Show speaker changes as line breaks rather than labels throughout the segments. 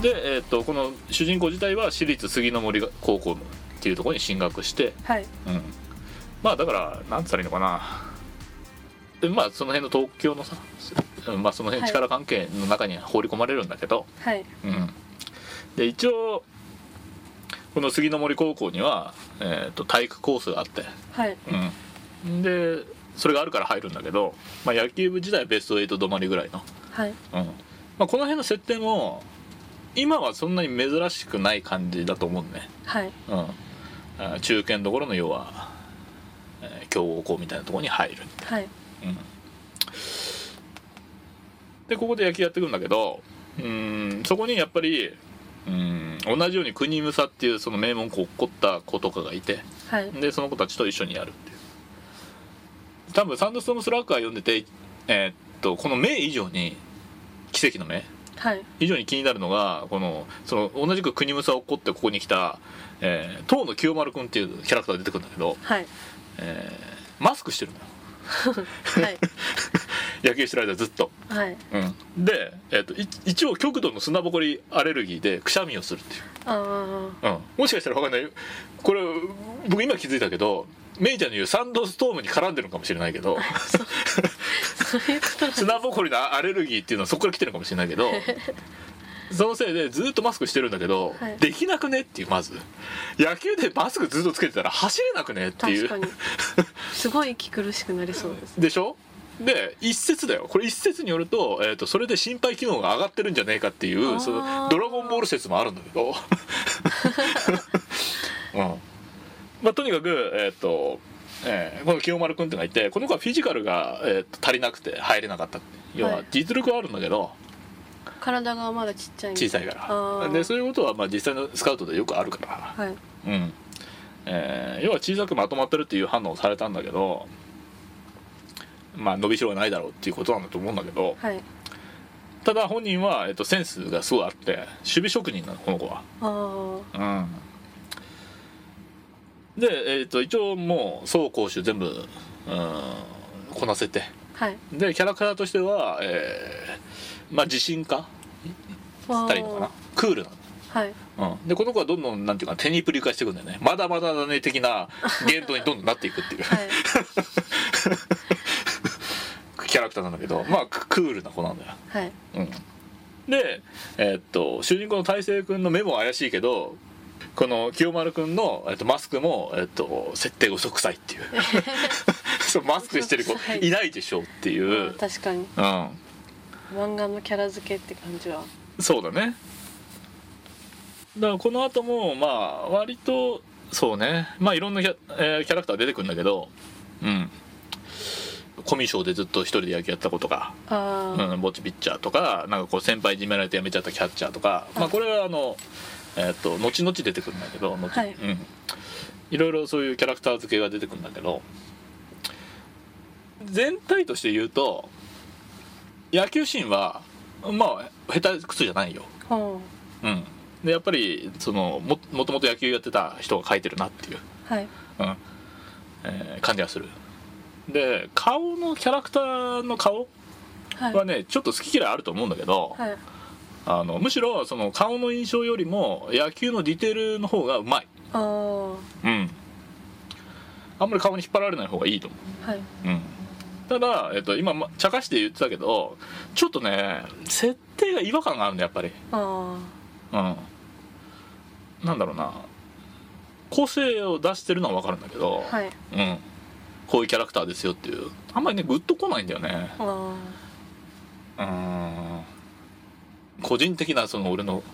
で、えー、とこの主人公自体は私立杉の森高校っていうところに進学して、
はい
うん、まあだからなんつったらいいのかなでまあその辺の東京のさ、うんまあ、その辺
はい
力関係の中に放り込まれるんだけど、
はい
うん、で一応この杉の森高校には、えー、と体育コースがあって、
はい
うん、でそれがあるから入るんだけど、まあ、野球部自体はベスト8止まりぐらいの、
はい
うんまあ、この辺の設定も今はそんなに珍しくない感じだと思うね、
はい
うんあー、中堅どころの要は、えー強豪校みたいなところに入る、
はい
うん、でここで野球やってくるんだけどうーんそこにやっぱりうーん同じように国武蔵っていうその名門校起こった子とかがいて
はい
でその子たちと一緒にやるっていう多分サンドストームスラッガー読んでてえーっとこの目以上に奇跡の目
はい
以上に気になるのがこのその同じく国武蔵を起こってここに来た、えー、東野清丸君っていうキャラクターが出てくるんだけど、
はい
えーマスクしてるのよ
はい
野球してる間ずっと、
はい
うん、で、えー、とい一応極度の砂ぼこりアレルギーでくしゃみをするっていう
あ
うん、もしかしたら分かんないよこれ僕今気づいたけどメイちゃんの言うサンドストームに絡んでるのかもしれないけど
あそういうことなんだ
砂ぼこりのアレルギーっていうのはそこから来てるのかもしれないけどそのせいでずっとマスクしてるんだけど、
はい
できなくねっていうまず野球でマスクずっとつけてたら走れなくねってい
確か
う
にすごい息苦しくなりそうですね
でしょで一説だよこれ一説によると,、えー、とそれで心肺機能が上がってるんじゃねえかってい
あー
うそのドラゴンボール説もあるんだけ ど、うんまあ、とにかく、えーとえーこの清丸君ってのがいてこの子はフィジカルが、えーと足りなくて入れなかった要
は
はい実力はあるんだけど
体がまだちっちゃいん
小
で
さいか
あ
ら
ー
でそういうことは、まあ、実際のスカウトでよくあるから。
はい
うんえー要は小さくまとまってるっていう反応をされたんだけどまあ伸びしろがないだろうっていうことなんだと思うんだけど
はい
ただ本人は、えっと、センスがすごいあって守備職人なのこの子は。
あー
で、えっと一応もう走攻守全部、うん、こなせて
はい
でキャラクターとしては、えーまあ自信家
あ
ったらいいのかな
ー
クールな
はい
うん、でこの子はどんどんなんていうか手にプリ化していくんだよねまだまだだね的な言動にどんどんなっていくっていう、
はい
キャラクターなんだけどまあククールな子なんだよ、
はい
うん、でえーっと主人公の大成君の目も怪しいけどこの清丸君の、えっとマスクも、えっと設定が嘘くさいって いうそうマスクしてる子
嘘くさい
いないでしょってい
あ
う
ー、確かに
うん、
漫画のキャラ付けって感じは
そうだねだからこの後もまあ割とそうねまあいろんなキャ,、えーキャラクター出てくるんだけどうんコミュ障でずっと一人で野球やった子とか、
あー
うん、ぼっちピッチャーとかなんかこう先輩いじめられて辞めちゃったキャッチャーとかまあこれはあのえーっと後々出てくるんだけど後、
はい
うん、いろいろそういうキャラクター付けが出てくるんだけど全体として言うと野球シーンはまあ下手くそじゃないよ
ほ
うん、でやっぱりそのももともと野球やってた人が書いてるなっていう、
うはい
うんえー感じがするで顔のキャラクターの顔
はい
はねちょっと好き嫌いあると思うんだけど、
はい
あのむしろその顔の印象よりも野球のディテールの方がうまい、
ああは
うん、あんまり顔に引っ張られない方がいいと思、
いう
うん、ただ、えっと、今ま茶化して言ってたけどちょっとね設定が違和感があるんだやっぱり
あ
うん、なんだろうな個性を出してるのは分かるんだけど、
あはい
うん、こういうキャラクターですよっていうあんまりねグッとこないんだよね
ああ
うん個人的なその俺の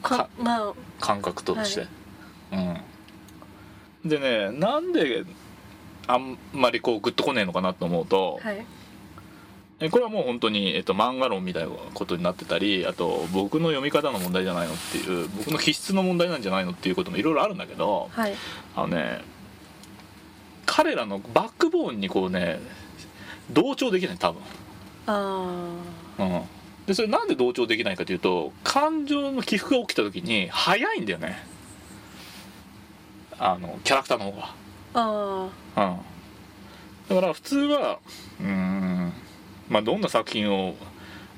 か
か
まあ
感覚として、うん、でねなんであんまりこうグッとこねえのかなと思うと、
はい
えこれはもう本当に、えっと、漫画論みたいなことになってたりあと僕の読み方の問題じゃないのっていう僕の気質の問題なんじゃないのっていうこともいろいろあるんだけど、
はい
あのね彼らのバックボーンにこうね同調できない多分、
あ
うん、でそれなんで同調できないかというと感情の起伏が起きた時に早いんだよねあのキャラクターの方
ああ
が、うん、だから普通はうーんまあどんな作品を、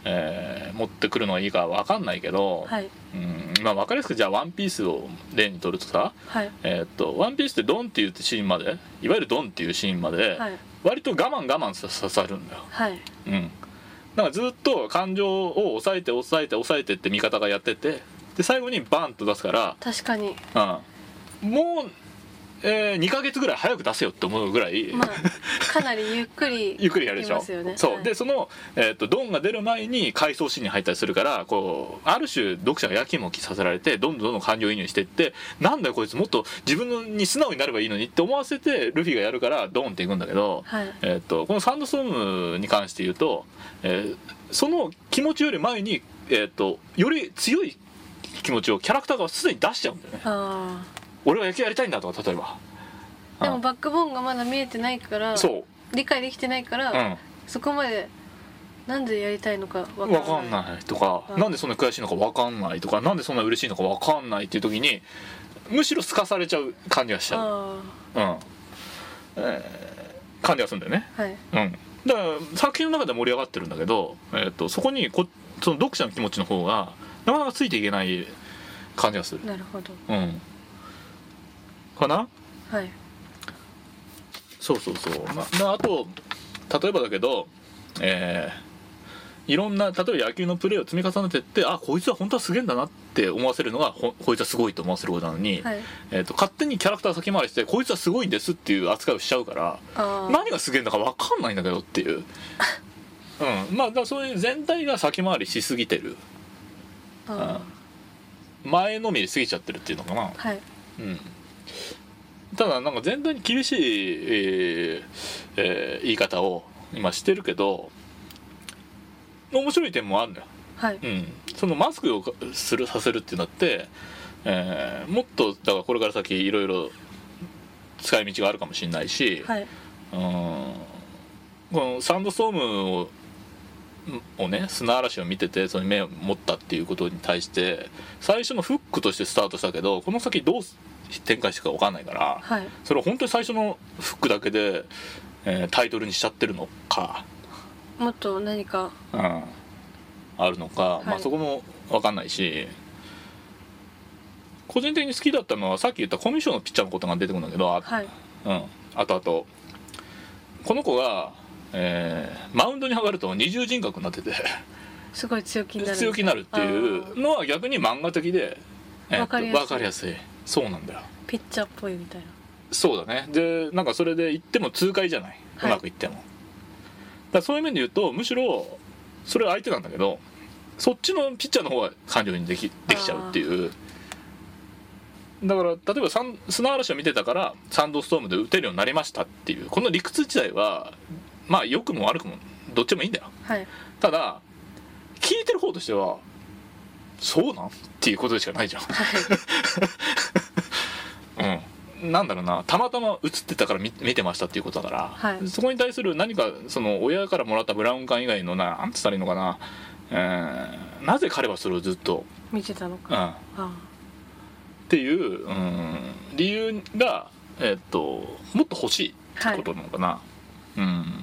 えー持ってくるのがいいかわかんないけど、
はい
うんまあ、分かりやすくじゃあ「ワンピースを例にとるとさ
はい
「えーっとワンピースってドンっていうシーンまでいわゆるドンっていうシーンまで、
はい
割と我慢我慢さ刺さるんだよ。
はい
うん、だからずっと感情を抑えて抑えて抑えてって味方がやっててで最後にバンと出すか
確かに
ら、うん、もう、え2ヶ月ぐらい早く出せよって思うぐらい、
まあかなりゆっくり
ゆっくりやるでし
い
ょ
ますよね
そう、
はい
でその、えー、とドンが出る前に回想シーンに入ったりするからこうある種読者がやきもきさせられてどんどんどんどん感情移入していってなんだよこいつもっと自分に素直になればいいのにって思わせてルフィがやるからドンっていくんだけど、
はい
えー、とこの「サンドストーム」に関して言うと、えーその気持ちより前に、えー、とより強い気持ちをキャラクターがすでに出しちゃうんだよね
あ
俺は野球やりたいんだとか例えば
あで
う
も
ん
バックボーンがまだ見えてないから
そう、
理解できてないから、
うん、
そこまでなんでやりたいのかわ
分か
か
ん
んない
ないとか、
うん
なんでそんな悔しいのか分かんないとかなんでそんな嬉しいのか分かんないっていう時にむしろすかされちゃう感じがしちゃう、
あ
うんえー感じがするんだよね、
あはい
うん、だから作品の中で盛り上がってるんだけど、えー、とそこにこその読者の気持ちの方がなかなかついていけない感じがする、
なるほど
うん、かな
はい
そうそうそうままああと例えばだけどえーいろんな例えば野球のプレーを積み重ねてってあこいつは本当はすげえんだなって思わせるのがほこいつはすごいと思わせることなのに、
はい
えー、と勝手にキャラクター先回りしてこいつはすごいんですっていう扱いをしちゃうから
ああ
何がすげえんだか分かんないんだけどっていう、うん、まあだからそういう全体が先回りしすぎてる
あ
前のめりすぎちゃってるっていうのかな
あ、はい
うん、ただなんか全体に厳しい、えーえー言い方を今してるけど面白い点もあるんだよ、
はい
うん、そのマスクをかするさせるっていうのって、えーもっとだからこれから先いろいろ使い道があるかもしれないし、
はい
うんこのサンドストームををね砂嵐を見ててそれに目を持ったっていうことに対して最初のフックとしてスタートしたけどこの先どう展開していくか分かんないから
はい
それを本当に最初のフックだけで、えータイトルにしちゃってるのか、
もっと何か
うん、あるのか、
い
まあそこも分かんないし個人的に好きだったのはさっき言ったコミュ障のピッチャーのことが出てくるんだけど、あ
はい
うん、あとあとこの子が、えーマウンドに上がると二重人格になってて
すごい強気になる
強気になるっていうのは逆に漫画的で、えー
わ
っと
かりやすい
わかりやすいそうなんだよ
ピッチャーっぽいみたいな
そうだねでなんかそれで言っても痛快じゃない、
はいう
まくいってもだからそういう面で言うとむしろそれは相手なんだけどそっちのピッチャーの方が感情にできできちゃうっていうだから例えばサン砂嵐を見てたからサンドストームで打てるようになりましたっていうこの理屈自体はまあ良くも悪くもどっちもいいんだよ
はい
ただ聞いてる方としてはそうなんっていうことでしかないじゃん
はい
うん、なんだろうなたまたま映ってたから見見てましたっていうことだから、
はい
そこに対する何かその親からもらったブラウン管以外のななんつったらいいのかな、えーなぜ彼はそれをずっと、
見てたの
うん
か
っ
あ
ていう、うん、理由が、えっともっと欲しいってことなのかな。うん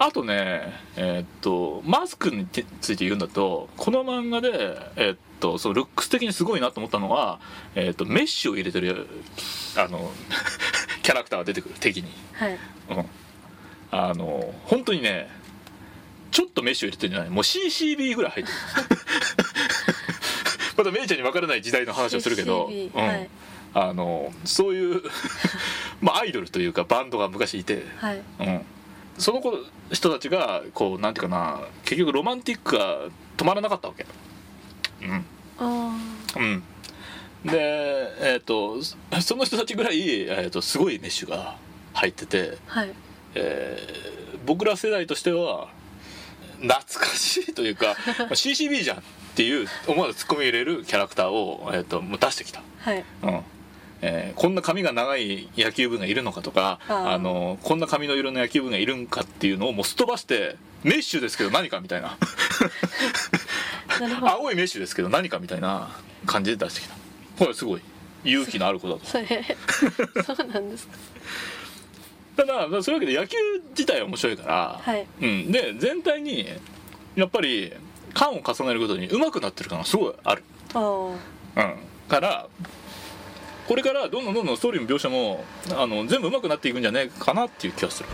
あとねえっとマスクにてついて言うんだとこの漫画で、えっとそのルックス的にすごいなと思ったのは、えっとメッシュを入れてるあの キャラクターが出てくる敵に、
あはい
うん、あの本当にねちょっとメッシュを入れてるんじゃないもう CCB ぐらい入ってる まだメイちゃんに分からない時代の話をするけど、
CCB
うん
はい
あのそういう まあアイドルというかバンドが昔いて、
はい
うん、その子人たちがこうなんていうかな結局ロマンティックが止まらなかったわけ。うん
あ
うん、でえっ、とそその人たちぐらい、えー、とすごいメッシュが入ってて、
あはい
えー僕ら世代としては懐かしいという かまあ CCB じゃんっていう思わずツッコミ入れるキャラクターを、えー、ともう出してきた。
はい
うんえーこんな髪が長い野球部がいるのかとか
あー
あのこんな髪の色の野球部がいるんかっていうのをもうすっ飛ばしてメッシュですけど何かみたいな
なるほど
青いメッシュですけど何かみたいな感じで出してきたこれすごい勇気のある子だと
それ そうなんですか
ただそういうわけで野球自体は面白いから、
はい
うん、で全体にやっぱり缶を重ねることに上手くなってる感がすごいある、
あー
うん、からこれからどんどんどんどんストーリーも描写もあの全部上手くなっていくんじゃないかなっていう気がする